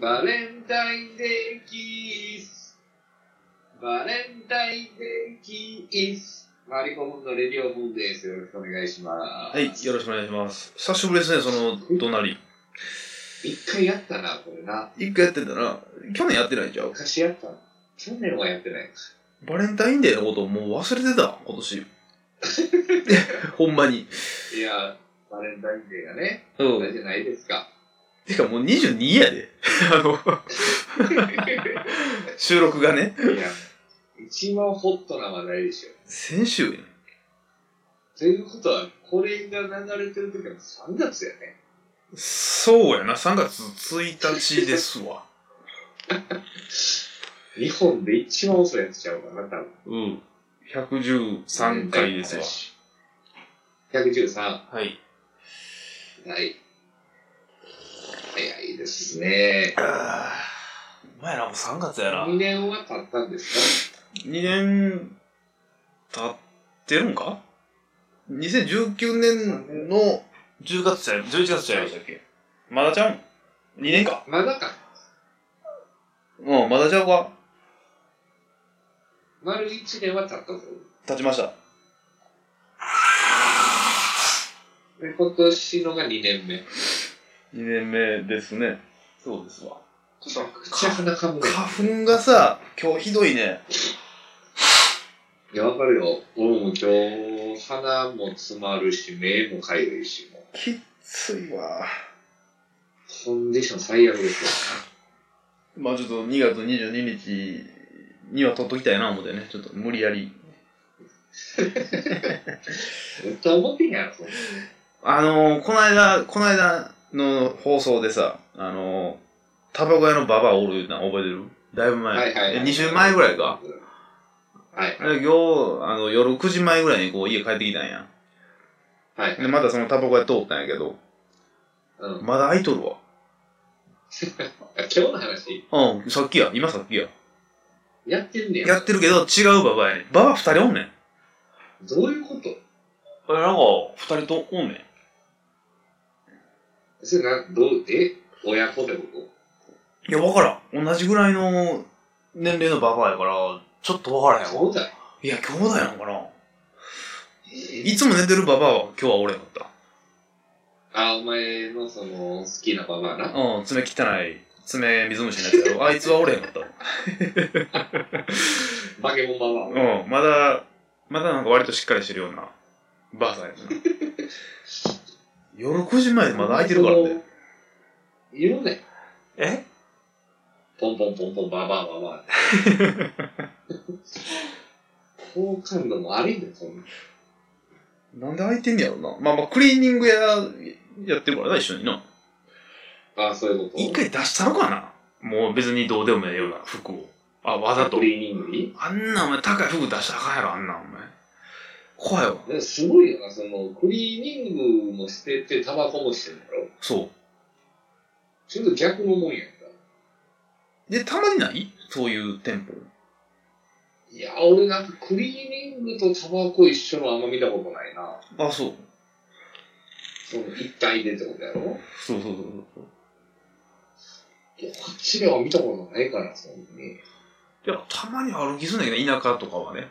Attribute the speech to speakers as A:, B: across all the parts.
A: バレンタインデーキース。バレンタインデーキース。マリコモンドレディオムンです。よろしくお願いします。
B: はい、よろしくお願いします。久しぶりですね、その、隣。
A: 一回やったな、これな。
B: 一回やってたな。去年やってないじゃん。
A: 昔やったの。去年はやってない。
B: バレンタインデーのこともう忘れてた、今 年。ほんまに。
A: いや、バレンタインデーがね、
B: う
A: あれ。じゃないです か。
B: てかもう22やで。 あの、
A: いや、
B: 収録がね。
A: 一番ホットな話題でしょ。
B: 先週やん。
A: ということは、これが流れてる時は3月やね。
B: そうやな、3月1日ですわ。
A: 日本で一番遅いやつちゃうかな、多分。
B: うん。113回ですわ。
A: わ。113。
B: はい。
A: はい。早いですね。
B: あー。お前らもう3月やな。
A: 2年は経ったんです
B: 2年経ってるんか ?2019 年の10月ちゃい、11月ちゃいましたっけまだちゃうん ?2 年か
A: かまだか。
B: うん、まだちゃうか
A: 丸1年は経ったと。
B: 経ちました。
A: で今年のが2年目。
B: 2年目ですね。そうですわ。
A: ちょっと口鼻かむね。
B: 花粉がさ、今日ひどいね。
A: いや、わかるよ。俺も今日、鼻も詰まるし、目もかゆいし、もう
B: きっついわ。
A: コンディション最悪ですよ。
B: まあちょっと2月22日には取っときたいな思ってね。ちょっと無理やり。
A: 絶対思ってんやろ、そんな
B: あのー、この間、この間の放送でさ、あのー、タバコ屋のババアおるな覚えてるだいぶ前。
A: はいはいはい。
B: 2週前ぐらいか。。
A: はい
B: あ。れ今日、あの、夜9時前ぐらいにこう家帰ってきたんや。
A: はい。
B: で、またそのタバコ屋通ったんやけど、
A: うん。あ
B: まだ空いとる
A: 今日の話、
B: わ。うん、さっきや。今さっきや。
A: やってんねや。
B: やってるけど、違うババアやねん。ババア二人おんねん。え、
A: どういうこと
B: なんか、二人とおんねん。
A: それな、どう、え親子ってこと
B: いや、わからん。同じぐらいの年齢のババアやから、ちょっとわからへんわ。
A: そうだよ。
B: いや、兄弟なんかな。いつも寝てるババアは今日は俺だった。
A: あ、お前のその、好きなババアな。
B: うん、爪汚い、爪水虫のやつや ろ。あいつは俺やった。
A: バケモンババア。
B: うん、まだ、まだなんか割としっかりしてるような、ばあさんやな。 夜9時前でまだ空いてるからね。
A: その。いるね。
B: え
A: ポンポンポンポンババアババア。好感度も悪いんだよ、そんな。
B: なんで空いてんねやろな。まあまあ、クリーニング屋やってるからな、一緒にな。
A: あ、そういうこと。
B: 一回出したのかなもう別にどうでもええような服を。あ、わざと
A: ク。リーニングに
B: あんなお前高い服出したらあかんやろ、あんなお前。怖いわ。
A: でもすごいよな、その、クリーニングもしてて、タバコもしてるんだろ。
B: そう。
A: ちょっと逆のもんやんか。
B: で、たまにないそういう店舗。
A: いや、俺なんかクリーニングとタバコ一緒のあんま見たことないな。
B: あ、そう。
A: その一体でってことやろ
B: そうそうそうそう。
A: いや、こっちでは見たことないから、そんなに。
B: いや、たまに歩きすんだけど、田舎とかはね。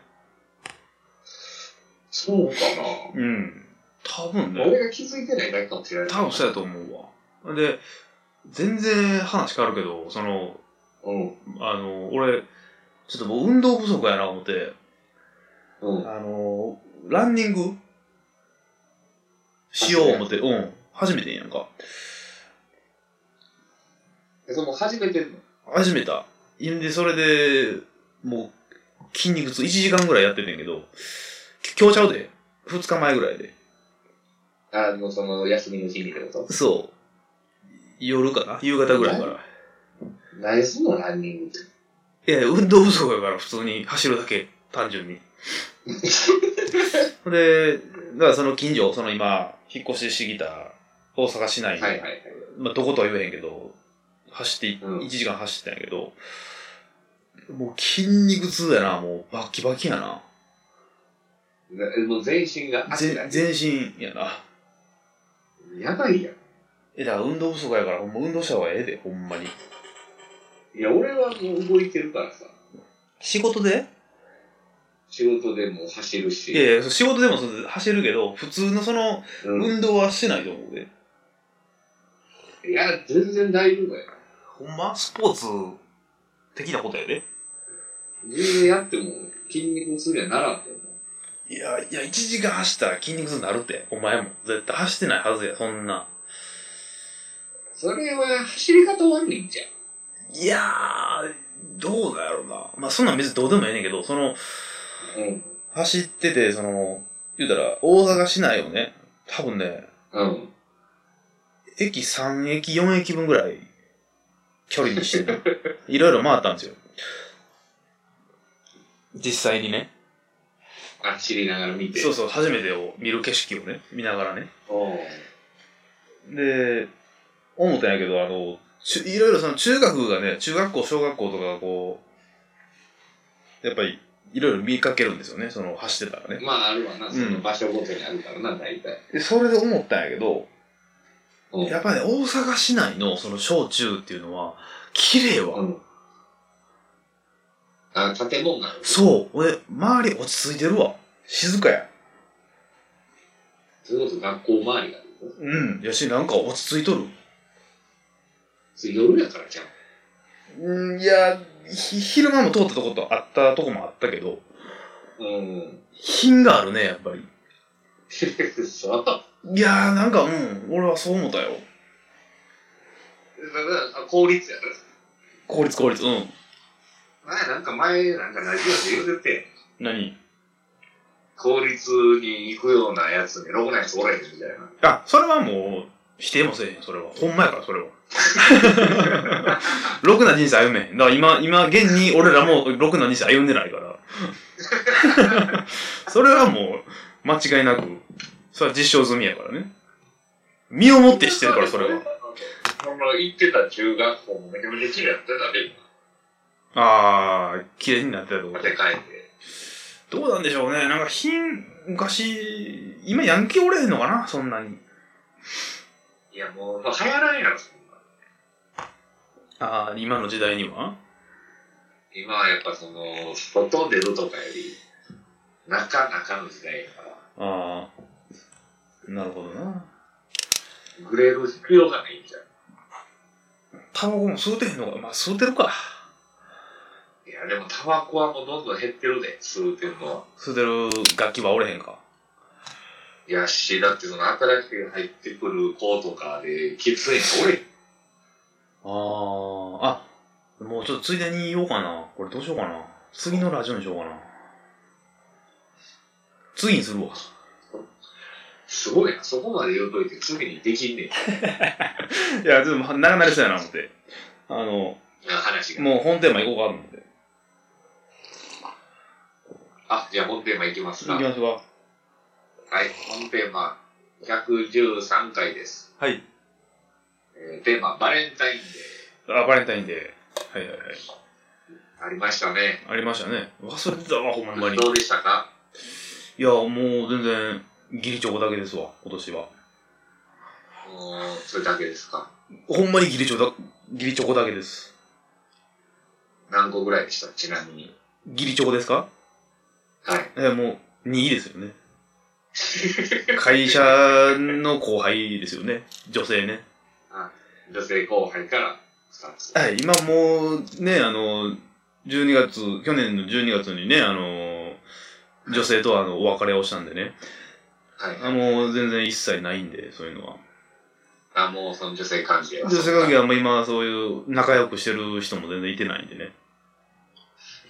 A: そうか
B: うん。多分
A: な。
B: ね。
A: 俺が気づいてないだけかもしれない。
B: 多分そうやと思うわ。で、全然話変わるけど、その、
A: うん。
B: あの、俺、ちょっともう運動不足やな思って、
A: うん。
B: あの、ランニングしよう思って、うん。初めてやんか。
A: えその初めての。
B: 始めた。で、それで、もう、筋肉痛、1時間ぐらいやっててんけど、き今日ちゃうで。2日前ぐらいで。
A: あの、その、休みの日にってこと
B: そう。夜かな夕方ぐらいから。
A: 何すんのランニングって。
B: いや、運動不足やから、普通に走るだけ、単 純に。で、だからその近所、その今、引っ越ししてきた大阪市内の、
A: はいはいはい。
B: まあ、どことは言えへんけど、走ってい、
A: うん
B: 1時間走ってたんやけど、もう筋肉痛やな、もうバキバキやな。
A: なもう全身が汗だ
B: 全全身やな。
A: やばいやん。
B: え、だから運動不足やから、ほんま運動した方がええで、ほんまに。
A: いや、俺はもう動いてるからさ。
B: 仕事で
A: 仕事でも走るし。
B: いやいや、仕事でもその走るけど、普通のその、
A: うん
B: 運動はしてないと思うで。
A: いや、全然大丈夫や。
B: ほんまスポーツ的なことやで。
A: 全然やっても筋肉痛にはならんと思う。
B: いや、いや、1時間走ったら筋肉痛になるって。お前も。絶対走ってないはずや、そんな。
A: それは走り方悪いんじゃん。
B: いやー、どうだろうな。まあ、そんなん別にどうでもええねんけど、その、
A: うん。
B: 走ってて、その、言うたら、大阪市内をね、多分ね、
A: うん。
B: 駅3駅、4駅分ぐらい、距離にして ね、いろいろ回ったんですよ。実際にね。
A: 走りながら見て。
B: そう
A: う。
B: そう、初めてを見る景色をね、見ながらね。
A: うん。
B: で、思ったんやけど、あの、ちゅいろいろその中学がね、中学校、小学校とかがこう、やっぱり、いろいろ見かけるんですよね、その走ってたらね。
A: まあ、あるわな。その場所ごとにあるからな、大体。
B: で、それで思ったんやけど、
A: うん。
B: やっぱね、大阪市内のその小中っていうのは、綺麗
A: う
B: は。
A: ん。あ、建物なの
B: そう、俺、周り落ち着いてるわ。静かや。
A: それこそ学校周りが。
B: うん。やし、なんか落ち着いとる。
A: それ夜やからじゃん。
B: うん、いや、ひ昼間も通ったとことあったとこもあったけど、
A: うん。
B: 品があるね、やっぱり。
A: そう。
B: いやー、なんか、うん、俺はそう思ったよ。
A: 効率やか
B: 効率効率、うん。
A: ら。前なんか前、なんかラジオで言うてて、
B: 何
A: 効率に行くようなやつにろくなやつおらへんみたいな。
B: あ、それはもう、否定もせえへん、それは。ほんまやから、それは。 ろくな人生歩めへん。だから今、今、現に俺らもろくな人生歩んでないから。 それはもう、間違いなく、それは実証済みやからね。身をもってしてるから、それは。。
A: その行ってた中学校もめちゃめちゃ綺麗やってたで、
B: あー、綺麗になってたとこ
A: 建て替え
B: どうなんでしょうね。なんか、品、昔、今ヤンキーおれへんのかな、そんな
A: て。
B: に。
A: いやもう、流行らんやろ、そんな。
B: あー、今の時代には
A: 今はやっぱその、外出るとかより、中中の時代やから、
B: ああ、なるほどな。
A: グレード必要がないんじゃん。
B: タバコも吸うてへんのか。まあ、吸うてるか。
A: いや、でもタバコはもうどんどん減ってるで、吸うてんのは。
B: 吸うてる楽器はおれへんか。
A: いやし、だってその新しく入ってくる子とかで、喫煙者おれへん
B: ああ、あ、もうちょっとついでに言おうかな。これどうしようかな。次のラジオにしようかな。次にするわ。
A: すごいな、そこまで言うといて罪にできんねん。
B: いや、ちょっと長なりそうやな、思って。あの、
A: 話が。
B: もう本テーマ行こうか、思って。
A: あ、じゃあ本テーマいきますか。
B: 行き
A: はい、
B: ましょうか。
A: 本テーマ113回です。
B: はい。
A: えーテーマ、バレンタインデ
B: あ、バレンタインデー。はいはいはい。
A: ー。ありましたね。
B: ありましたね。忘れてたわ、ほんまに。
A: どうでしたか
B: いや、もう全然、ギリチョコだけですわ、今年は。
A: もうそれだけですか。
B: ほんまにギリチョコだ、ギリチョコだけです。
A: 何個ぐらいでしたちなみに。
B: ギリチョコですか
A: はい。
B: え、もう、2位ですよね。会社の後輩ですよね。女性ね。
A: 女性後輩から2つ。
B: はい、今もう、ね、あの、12月、去年の12月にね、あの、女性とあの、お別れをしたんでね。
A: はい。
B: あもう全然一切ないんで、そういうのは。
A: あ、もうその女性関係は。
B: 女性関係はもう今そういう仲良くしてる人も全然いてないんでね。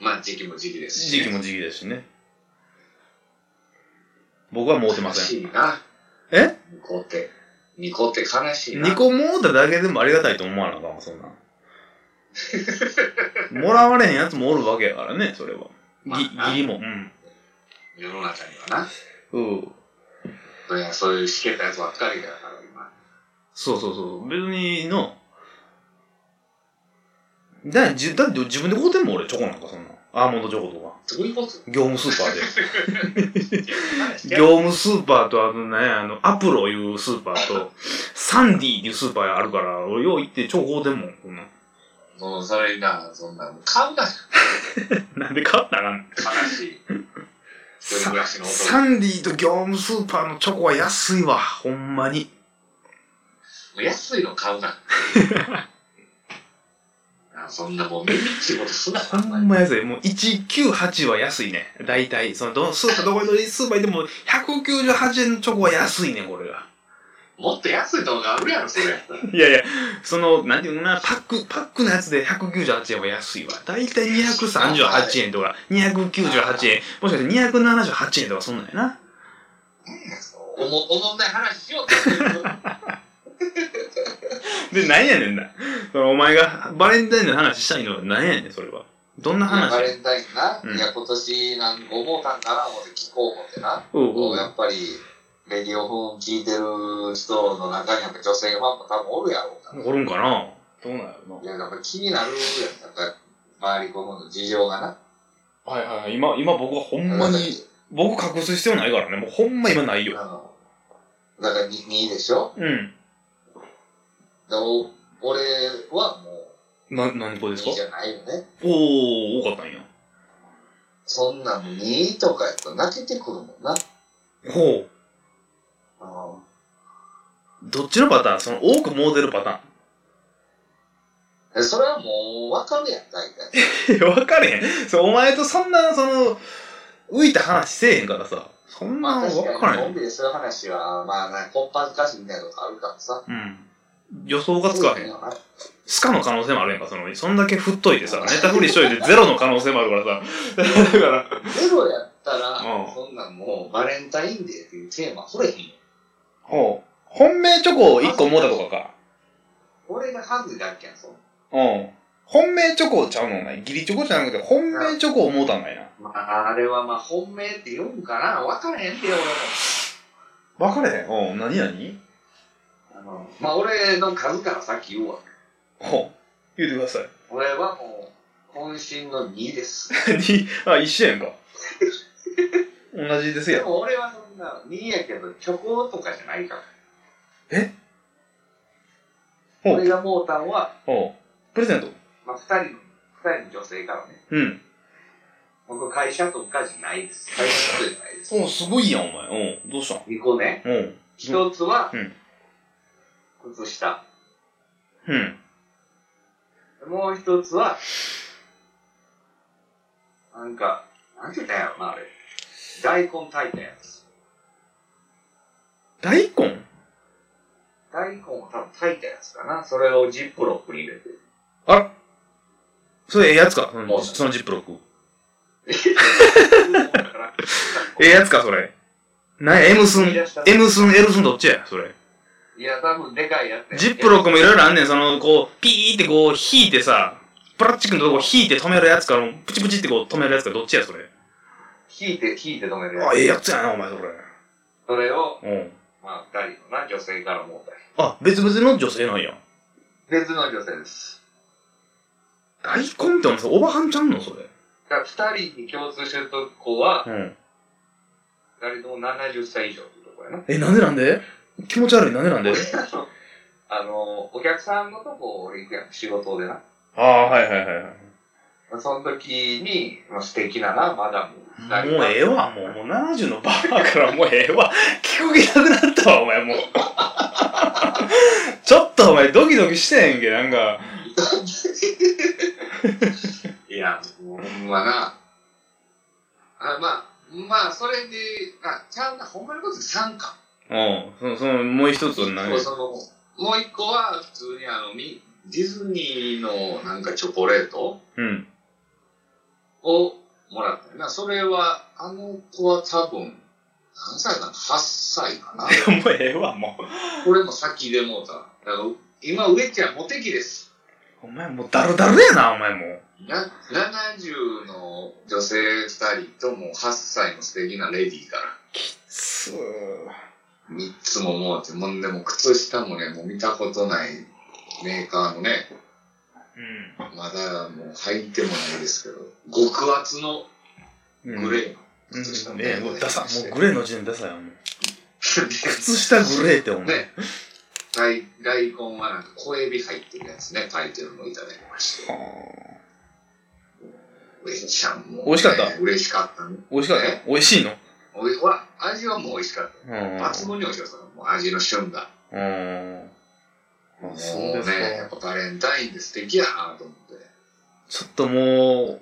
A: まあ時期も時期ですし、
B: 時期も時期ですしね。僕はもうてません。
A: 悲しいな。
B: え
A: ニコって。ニコって悲しいな。
B: 2個もうただけでもありがたいと思わなあかんわ、そん なん。もらわれへんやつもおるわけやからね、それは。
A: まあ
B: ぎ義理も。うん。
A: 世の中にはな。
B: うん。
A: そりゃそういうしけたやつばっかりだから、今。
B: そうそうそう。別にの。だじだって自分で買うてんもん、俺、チョコなんかそんな。アーモンドチョコとか。
A: どういうこと
B: 業務スー
A: い
B: パーで。業務スーパーと、あのね、あの、アプロいうスーパーと、サンディーっていうスーパーあるから、俺よう行ってチョコ買うてんもん、こんなん。
A: もうそれな、そんな、もう買うな、
B: なんで買ったらあかん
A: 悲しい。一人暮らしの男
B: サンディと業務スーパーのチョコは安いわ、ほんまに。
A: もう安いの買う な。あそんなもう、目にちいことすな。
B: ほんま安い。もう198は安いね。大体。そのど、スーパー、どこのスーパー行っても198円のチョコは安いね、これが。
A: もっと安い動画あるやろ、それやったら。
B: いやいや、その、なんていうのかな、パック、パックのやつで198円は安いわ。だいたい238円とか、298円、もしかして278円とかそんなんやな。
A: おも、おもんない話しようと してる。
B: で、なんやねんな。そのお前がバレンタインの話したいのはなんやねん、それは。どんな話
A: バレンタインな、
B: うん
A: いや、今年なんか思うたんかな、思って聞こう思ってな。
B: おうお
A: こ
B: う
A: うやっぱり、レディオフォン聞いてる人の中にやっぱ女性ファンも多分おるやろうから。
B: おるんかなどうなんやろ
A: いや、やっぱ気になるやん。やっぱり、周り込むの事情がな。
B: な。はいはいはい。今、今僕はほんま
A: だ
B: に、僕隠す必要ないからね。もうほんま今ないよ。
A: あの、だから 2, 位でしょ
B: うん。
A: でお俺はも
B: な、何個
A: う
B: ですか
A: 2位じゃないよね。
B: おー、多かったんや。
A: そんなの2位とかやったら泣けてくるもんな。
B: ほう。
A: うん
B: どっちのパターンその多くモデルパターン。
A: えそれはもう分かるやん、大体。
B: いや、分かれへん。そう、お前とそんな、その、浮いた話せえへんからさ。そん
A: ま
B: な
A: あ
B: ん
A: 確
B: 分か
A: からに
B: へ
A: コン
B: ん。
A: ビでする話は、まあな、こっぱずかしいみたいなとこあるからさ。
B: うん。予想がつかへん。スカの可能性もあるやんか、その、そんだけ振っといてさ、ネタ振りしといてゼロの可能性もあるからさ。 だから、
A: ゼロやったら
B: うん、
A: そんなんもうバレンタインデーっていうテーマ取れへんよ。
B: ほう。本命チョコ1個持ったとかか。
A: 俺がハズだっけやん、その。
B: うん。本命チョコちゃうのない。ギリチョコじゃなくて、本命チョコを持ったんないな。
A: まあ、あれはまあ本命って言うんかな分からへんって俺も。
B: 分かれへん。うん。何何
A: あの、まあ俺の数からさっき言うわ。
B: ほう。言うてください。
A: 俺はもう、渾身の2です。
B: にあ、一緒やん か。同じです
A: で
B: やん。
A: も俺はそんな2やけど、虚構とかじゃないから。
B: ほ
A: 俺
B: う。
A: がモータンは、
B: ほう。プレゼント。
A: まあ2人の、二人の女性からね。
B: うん。
A: 僕会社とかじゃないです。会社とかじゃないです。
B: おすごいやん、お前。うん。どうしたん
A: 2個ね。
B: うん。
A: 1つは
B: うん、
A: 靴下。
B: うん。
A: もう一つは、なんか、なんて言ったんやろな、あれ。大根炊いたやつ。
B: 大根
A: 大根を多分炊いたやつかな。それをジップロックに入れて。
B: あらそれええやつかその
A: もう
B: そのジップロック。
A: だから
B: ええやつか、それ。な、M 寸
A: 取り出した、
B: M 寸、L 寸どっちや、それ。
A: いや、多分でかいやつや
B: ジップロックもいろいろあんねん、その、こう、ピーってこう、引いてさ、プラスチックのとこ引いて止めるやつか、あのプチプチってこう止めるやつか、どっちや、それ。
A: 引いて、引いて止めるや
B: あ、
A: つ。
B: ええやつやな、お前、それ。
A: それを、
B: うん。
A: まあ、二人のな、女性からもうた。
B: あ、別々の女性なんや。
A: 別の女性です。
B: 大根ってお前、それおばはんちゃんの、そ
A: だ
B: れ。
A: から二人に共通してるとこは、
B: うん。
A: 二人とも70歳以上っていうとこやな。
B: え、なんでなんで気持ち悪い、なんでなんで
A: あの、お客さんのとこ俺行くやん、仕事でな。
B: ああ、はいはいはいはい。
A: その時に、まあ、素敵なな、マダム二人
B: もうええわ、もう。もう70のババアからもうええわ。聞く気なくなったわ、お前もう。 ちょっとお前ドキドキしてんけ、なんか。
A: いや、ほんまな。あまあ、まあ、それで、あ、ちゃんとほんまのこと3か。
B: うん。その、その、もう一つは何
A: そうそのもう一個は、普通にあの、みディズニーのなんかチョコレート
B: うん。
A: をもらったよな。それは、あの子は多分、何歳かな ?8 歳かな。
B: もうええわ、もう。
A: これも先でもうた。だから今、植木はモテ期です。
B: お前もうダルダルやな、お前もう。
A: な70の女性2人とも8歳の素敵なレディーから
B: す
A: 3つももうてもんでも靴下もねもう見たことないメーカーのね
B: う
A: まだもう履いてもないですけど極厚の
B: ん。
A: グレーの
B: うん。
A: 靴下
B: う
A: も
B: ん、ええ、 もうダサ、もうグレーの時点でダサいよ、もう。
A: ー
B: 靴下グレーって、お前。
A: ね大大根はなんか小エビ入ってるやつね、炊いてるのをいただきました。うれちゃんも、ね。
B: 美味しかった
A: 嬉しかったね。
B: 美味しかった
A: え
B: 美味しいの
A: おいほら、味はもう美味しかった。
B: うん。
A: 抜群に美味しかった。もう味の旬が。
B: うん。
A: も
B: あ
A: う
B: そうですか
A: ね、やっぱバレンタインで素敵やなと思って。
B: ちょっともう、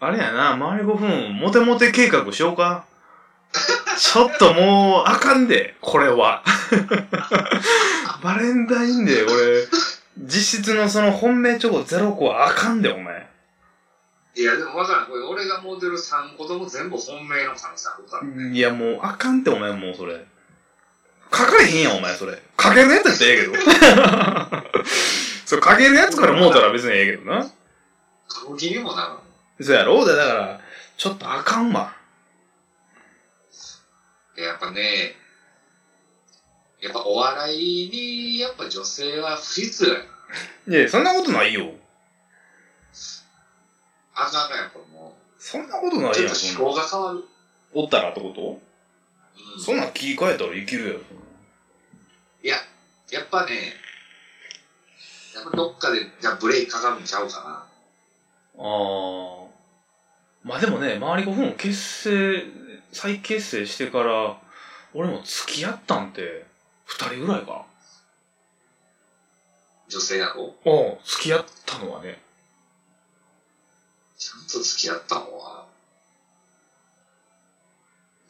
B: あれやな、周り5分、モテモテ計画しようか。 ちょっともう、あかんで、これは。 バレンタインデー、俺、実質のその本命チョコ0個はあかんで、お前。
A: いや、でもわからん。これ俺がモデル3子供全部本命の可能性あるから。
B: いや、もう、あかんって、お前、もう、それ。かかれへんやん、お前、それ。かけるやつやったらええけど。 そう、かけるやつからもうたら別にええけどな。
A: 黒切りもなの。
B: そうやろだだから、ちょっとあかんわ。
A: でやっぱね、やっぱお笑いに、やっぱ女性は不必要やな。
B: いや、そんなことないよ。
A: あかんがやっぱも
B: そんなこと
A: う、
B: ない
A: ちょ
B: や
A: っ
B: ん、
A: と
B: そん
A: 思考
B: な
A: が変わる。
B: おったらってこと
A: うん
B: そんなん切り替えたらいけるやろ。
A: いや、やっぱね、やっぱどっかで、じゃあブレーキかかるんちゃうかな。
B: ああ。まあでもね、周り5分を結成、再結成してから、俺も付き合ったんて、2人ぐらいか
A: 女性やろ
B: な。うん、付き合ったのはね。
A: ちゃんと付き合ったのは、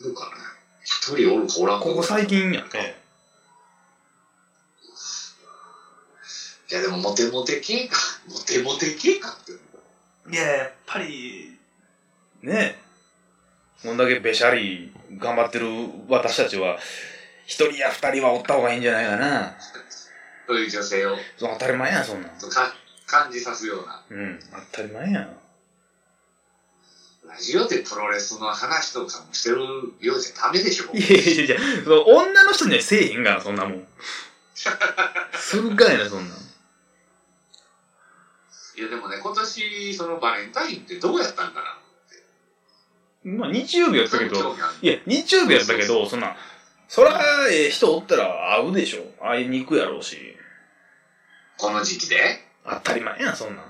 A: どうかな。一人おるかおらんか
B: ここ最近やね。
A: いやでもモテモテ系か。モテモテ系かって。
B: いや、やっぱり、ねこんだけべしゃり頑張ってる私たちは、一人や二人はおった方がいいんじゃないかな。
A: そういう女性を
B: そう当たり前やん、そんなん。
A: か感じさすような。
B: うん、当たり前やん。
A: ラジオでプロレスの話とかもしてるようじゃダメでしょ。
B: いやいやいやいや、その女の人にはせえへんがな、そんなもん。するかいな、そんなん。
A: いやでもね、今年、そのバレンタインってどうやったんかな。
B: まあ、日曜日やったけ
A: 興
B: ど、
A: 味ある
B: いや、日曜日やったけど、そんな、そら、ええ人おったら会うでしょ。会いに行くやろうし。
A: この時期で
B: 当たり前やん、そんなん。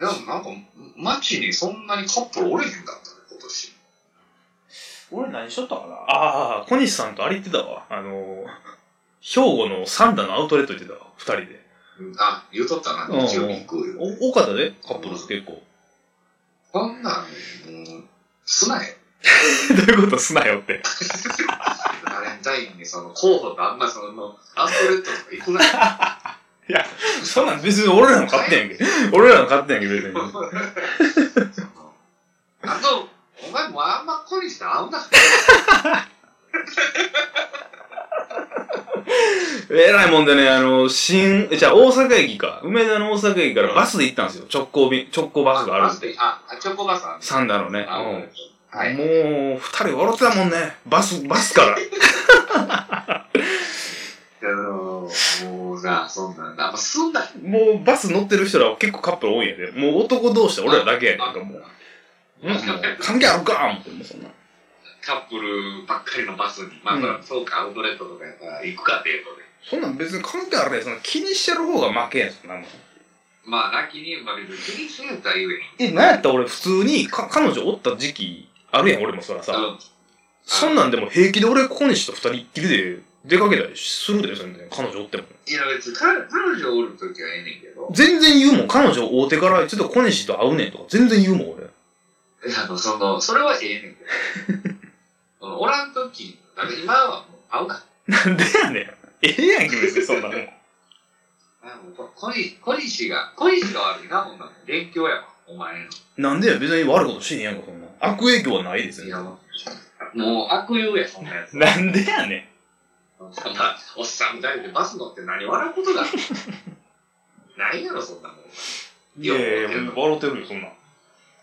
A: でもなんか、街にそんなにカップルおれへんかったね、今年。
B: 俺何しとったかなああ、小西さんとあれ行ってたわ。あのー、兵庫のサンダのアウトレット行ってたわ、二人で。
A: あ、言うとった
B: うん
A: な、日曜日行くよ。
B: お、多かったで、カップル結 構。
A: そんなん、うん、すなよ。
B: どういうことすなよって。
A: バレンタインにその候補とあんまその、アウトレットとか行 くなよ。
B: そんなん別に俺らの勝手やんけ。 俺らの勝手やんけ、別に。
A: あと、お前もうあんま恋して会うな。
B: えらいもんでね、あの、新、じゃあ大阪駅か。梅田の大阪駅からバスで行ったんですよ。直行便、直行バスがあるんで。
A: あ、あチョコバスある
B: サンダのね。
A: あ
B: うん
A: はい。
B: もう、二人笑ってたもんね。バス、バスから。
A: あのもうな、そんなんだ。あんますんな。
B: もう、バス乗ってる人らは結構カップル多いんやで。もう男同士で俺らだけやねんか、もう。うん、もう関係あるか思って、もうそんな。
A: カップルばっかりのバスに、まあ、
B: うん
A: そらそうか、アウトレットとかやったら行くかデートで。
B: そんなん別に関係あるやん。その気にしてる方が負けやん、そんなもん。
A: まあ、なきに、まあ、別に気にするんだゆえに。
B: え、なんやったら俺普通に、か、彼女おった時期、あるやん、俺もそらさ。
A: あ
B: そんなんでも平気で俺小西と二人っきりで出かけたりするでそんで彼女おっても。
A: いや、別に彼彼女おるときはええねんけど、
B: 全然言うもん。彼女会うてから、ちょっと小西と会うねんとか、全然言うもん、俺。
A: あの、その、それはええねんけど、 そのおらんとき、だから今はもう会うな。
B: なんでやねん。ええやんけ、別にそんなもん。
A: あもうこ小西小西が、小西が悪いな、ほんなの。勉強やわ、お前の。
B: なんでや、別に悪いことしてへんやんか、そんな。悪影響はないです
A: い
B: よ
A: や、。もうもう悪用や、そんなやつ。
B: なんでやね
A: まあ、おっさんみたいでバス乗って何笑うこと だないやろ、そんなもん。
B: ん。
A: いや
B: 笑ってるよ、そんな。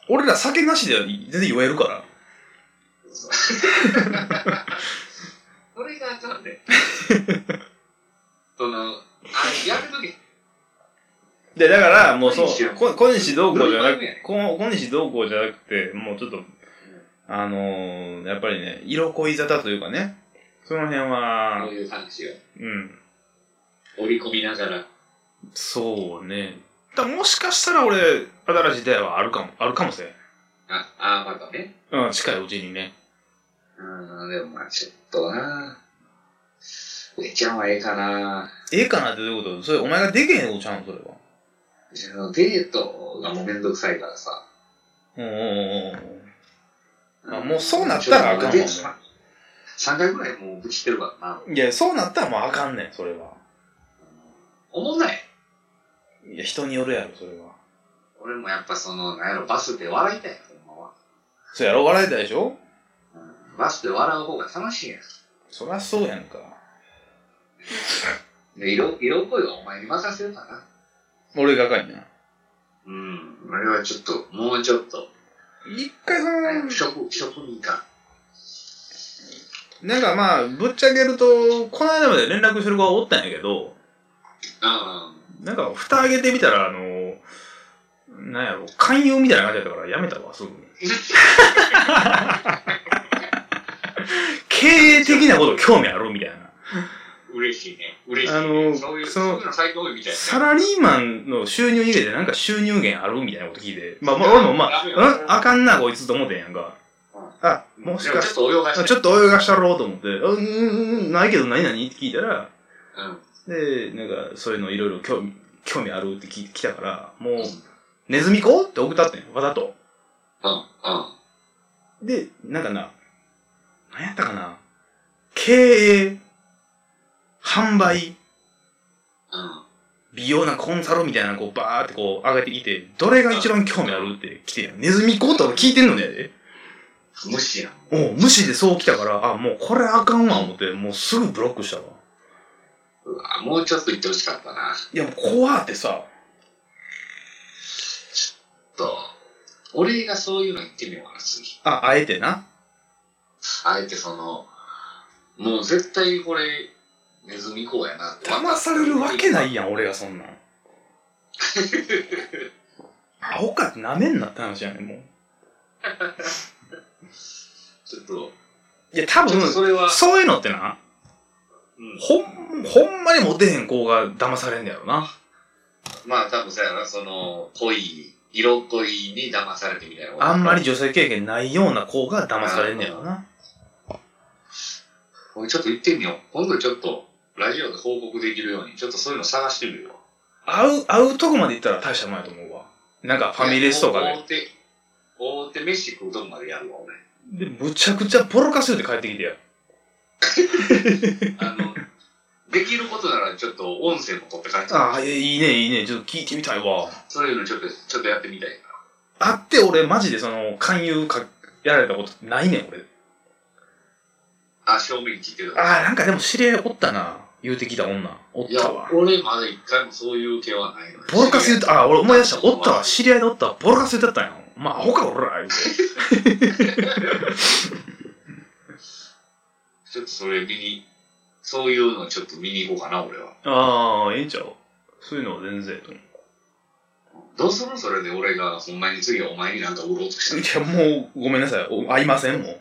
B: 俺ら酒なしで全然酔えるから。
A: それがあかんで。その、あやるとき、
B: で、だから、もうそう
A: 小西や、
B: こ小西どうこうじゃな
A: どういう
B: く
A: 番組やねん
B: こ小西どうこうじゃなくて、もうちょっと、あのー、やっぱりね、色恋沙汰というかね、その辺
A: こ
B: は
A: う、いう産地を
B: うん。
A: 織り込みながら。
B: そうね。だもしかしたら俺、新しい出会いはあるかも、あるかもしれん。
A: あ、あーまだね。
B: うん、近いうちにね。
A: うん、でもまあちょっとな。上ちゃんはええかな。
B: ええかなってどういうことそれ、お前がでけへんのちゃうんそれは。
A: そのデートがもうめんどくさいからさ。
B: うんうんうんうん。あもうそうなったらあかんもんね
A: デートしま3回ぐらいもうぶちってるからな。
B: いや、そうなったらもうあかんねん、それは。
A: おもんない。
B: いや、人によるやろ、それは。
A: 俺もやっぱその、なんやろ、バスで笑いたいよ、ほんまは。
B: そうやろ笑えたでしょ
A: うんバスで笑う方が楽しいや
B: そりゃそうやんか。
A: ん。で、色、色恋はお前に任せるかな。
B: 俺がかいな。
A: うん。俺はちょっと、もうちょっと、
B: 一回その、
A: 職、職人か。
B: なんかまあ、ぶっちゃけると、この間まで連絡してる子はおったんやけど、
A: う
B: なんか、蓋開けてみたら、あの、なんやろ、勧誘みたいな感じだったから、やめたわ、すぐに。経営的なこと興味あるみたいな。
A: ん。 嬉しいね。嬉しい、
B: あのー
A: そういう、
B: そ
A: そ
B: の
A: ういうの最高みたいな。
B: サラリーマンの収入以外でなんか収入源あるみたいなこと聞いて、まあ、まあ、俺もまあ、うん、あかんな、こいつと思ってんやんか。あ、もし
A: で
B: か
A: も
B: し、
A: ちょっと泳がして
B: ちょっと泳がしたろうと思って、うん、うん、うん、ないけど何々って聞いたら、
A: うん。
B: で、なんか、そういうのいろいろ興味、興味あるって聞いてきたから、も
A: うん。う。、
B: うんネズミ子って送ったってん、わざと。
A: うん。
B: で、なんかな、何やったかな、経営、販売、
A: うん。
B: 美容なコンサルみたいなのこうバーってこう上げてきて、どれが一番興味あるって来てんやんネズミ子って俺聞いてんのねやで。
A: 無視やん。
B: おう無視でそう来たから、あ、もうこれあかんわ、思って、もうすぐブロックしたわ。
A: うわもうちょっと言ってほしかったな。
B: いや、もう怖ってさ、
A: と、俺がそういうの言ってみようかな、次。
B: あ、あえてな。
A: あえてその、もう絶対これ、ネズミ講やな。
B: 騙されるわけないやん、俺がそん なん。アホか、舐めんなって話やねん、もう。
A: ちょっと、
B: いや、多
A: ちょっ
B: 分
A: と、それは、
B: そういうのってな、
A: うん、
B: ほん、ほんまにモテへん子が騙されんだよな。
A: まあ多分そうやな、その、恋、色恋に騙されてみたいなこと。
B: あんまり女性経験ないような子が騙されんだよな。
A: これちょっと言ってみよう。今度ちょっと、ラジオで報告できるように、ちょっとそういうの探してみるよ。
B: 会う、会うとこまで行ったら大したもんやと思うわ。なんかファミレスとか
A: 大手、大手飯食うとこまでやるわ、俺。
B: で。で、むちゃくちゃボロカス言うて帰ってきてや。
A: あの、 できることならちょっと音声も取って帰ってくる
B: ああ、えいいね、いいね。ちょっと聞いてみたいわ。
A: そういうのちょっと、ちょっとやってみたいな。
B: あって、俺、マジでその、勧誘か、やられたことないねん、俺。
A: あ、正面聞いてる。
B: ああ、なんかでも知り合いおったな。言うてきた女。おっ
A: い
B: た
A: や
B: わ、。
A: 俺まだ一回もそういう系はないのよ
B: ボロカス言うて、ああ、俺思い出した。おったわ。
A: うん
B: 知り合いでおったわ。ボロカス言うてたんや。まあ、アホか、俺ら。言うて。
A: ちょっとそれ見に、そういうのちょっと見に行こうかな、俺は。
B: ああ、ええんちゃうそういうのは全然ええと思
A: どうするそれで俺が、ほんまに次はお前になんか売ろうとしてる。
B: う。いや、もう、ごめんなさい。お合いません、もう。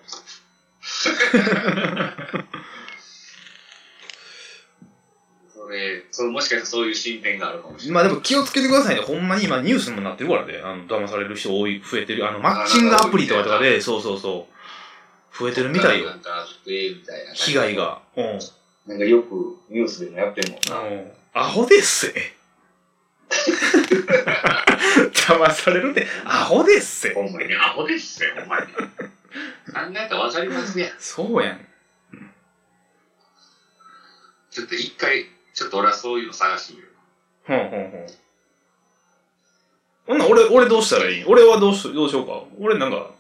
A: それ、そのもしかしたらそういう進展があるかもしれ
B: ま
A: な
B: あ
A: い。
B: でも気をつけてくださいね。ほんまに今ニュースにもなってるからね。あの、騙される人多い、増えてる。あの、マッチングアプリとかとかで、そうそうそう。増えてるみたいよ
A: な。んかあって、みたいな。
B: 被害。が。うん。
A: なんかよくニュースでもやってんもん
B: あ
A: な。
B: の、アホです せ。騙されるって、アホですせ。
A: ほんまに、アホですよ、ほんまに。考えたらわかりますやん。
B: そうやん。
A: ちょっと一回、ちょっと俺はそういうの探してみる。
B: ほんほんほん。ほんなら俺、俺どうしたらいい俺はどうし、どうしようか。俺なんか、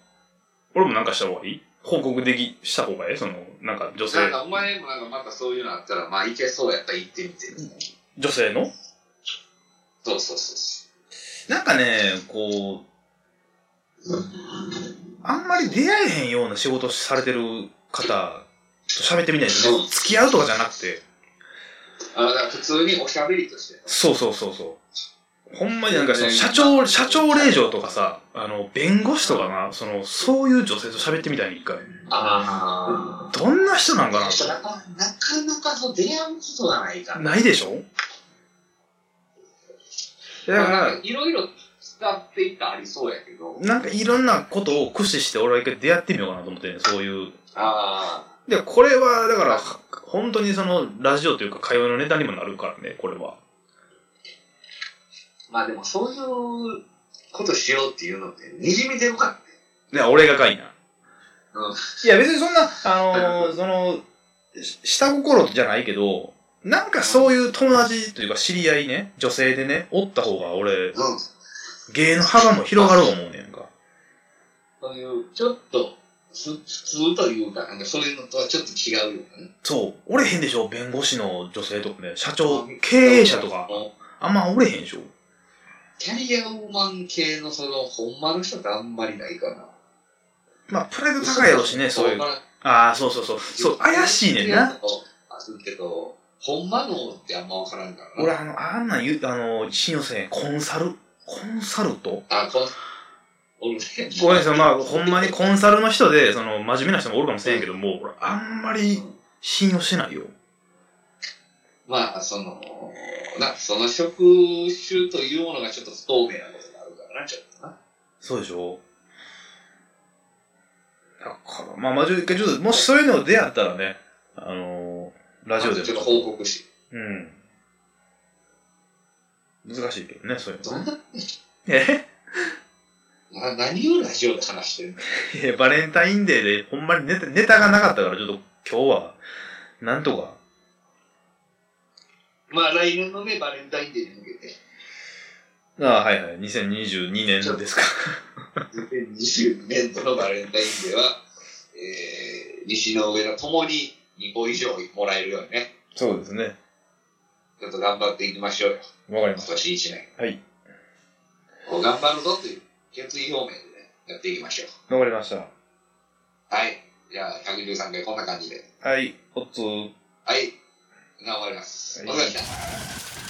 B: 俺もなんかした方がいい報告でき、した方がいいその、なんか女性
A: なん、かお前もなんかまたそういうのあったら、まあいけそうやったら行ってみて。
B: 女性の
A: そうそうそうそ
B: なんかね、こう、あんまり出会えへんような仕事されてる方と喋ってみないとね、付き合うとかじゃなくて、
A: う。あだから普通におしゃべりとして。
B: そうそうそうそう。ほんまになんかその社長、社長令嬢とかさ、あの、弁護士とかな、その、そういう女性と喋ってみたいに一回。
A: あ
B: どんな人なんか
A: あ。ちょっとなかなかなかそう出会うことがないから。
B: なないでしょ
A: まあ
B: だか
A: な
B: ら
A: ん、いろいろ使っていったらありそうやけど。
B: なんかいろんなことを駆使して俺は一回出会ってみようかなと思ってね、そういう。
A: あ
B: で、これは、だから、本当にその、ラジオというか会話のネタにもなるからね、これは。
A: あ。まあでもそういうことしようっていうのって、にじみ出るから。
B: ね、俺がかいな。
A: うん
B: いや、別にそんな、あのーその、し下心じゃないけど、なんかそういう友達というか知り合いね、女性でね、おった方が俺、
A: うん。
B: 芸の幅も広がると思うねんか。
A: そういう、ちょっと、す普通というか、なんかそういうのとはちょっと違うよね。
B: そう、おれへんでしょ弁護士の女性とかね、社長、経営者とか、あんまおれへんでしょ
A: キャリアウーマン系のその、ほんまの人ってあんまりないかな。
B: まあ、プライド高いやろしね、そういう。ああ、そうそうそう。そう、怪しいねんな。。
A: あするけど、ほんまのってあんまわからんからな。
B: 俺、あの、あんなん言う、あの、信用せん、コンサル、コンサルト
A: あ、こん、俺ね。
B: ごめんなさい、まあ、ほんまにコンサルの人で、その、真面目な人もおるかもしれんけども、俺、あんまり
A: うん
B: 信用してないよ。
A: まあ、その、な、その職種というものがちょっと不透明なことがあるからな、ちょっとな。
B: そうでしょだから、まあ、まあ、ちょっと、もしそういうのを出会ったらね、あのーラジオで
A: ちょっと
B: も。
A: 報告し。
B: うん。難しいけどね、そういう
A: ど
B: の。
A: んな、
B: え
A: な何をラジオで話してるの
B: いやバレンタインデーで、ほんまにネタネタがなかったから、ちょっと今日は、なんとか。
A: まあ、来年のね、バレンタインデーに向けて、
B: ああ、はいはい、2022年ですか。
A: 2020年度のバレンタインデーは、えー、西の上のともに2個以上もらえるようにね、
B: そうですね。
A: ちょっと頑張っていきましょうよ、
B: わかりま
A: 今
B: す。
A: 年1年。
B: はい。
A: こう頑張るぞという決意表明でね、やっていきましょう。
B: わかりました。
A: はい。じゃあ、113回こんな感じで。
B: はい、おつ。
A: はい。頑張ります。お疲れ様でした。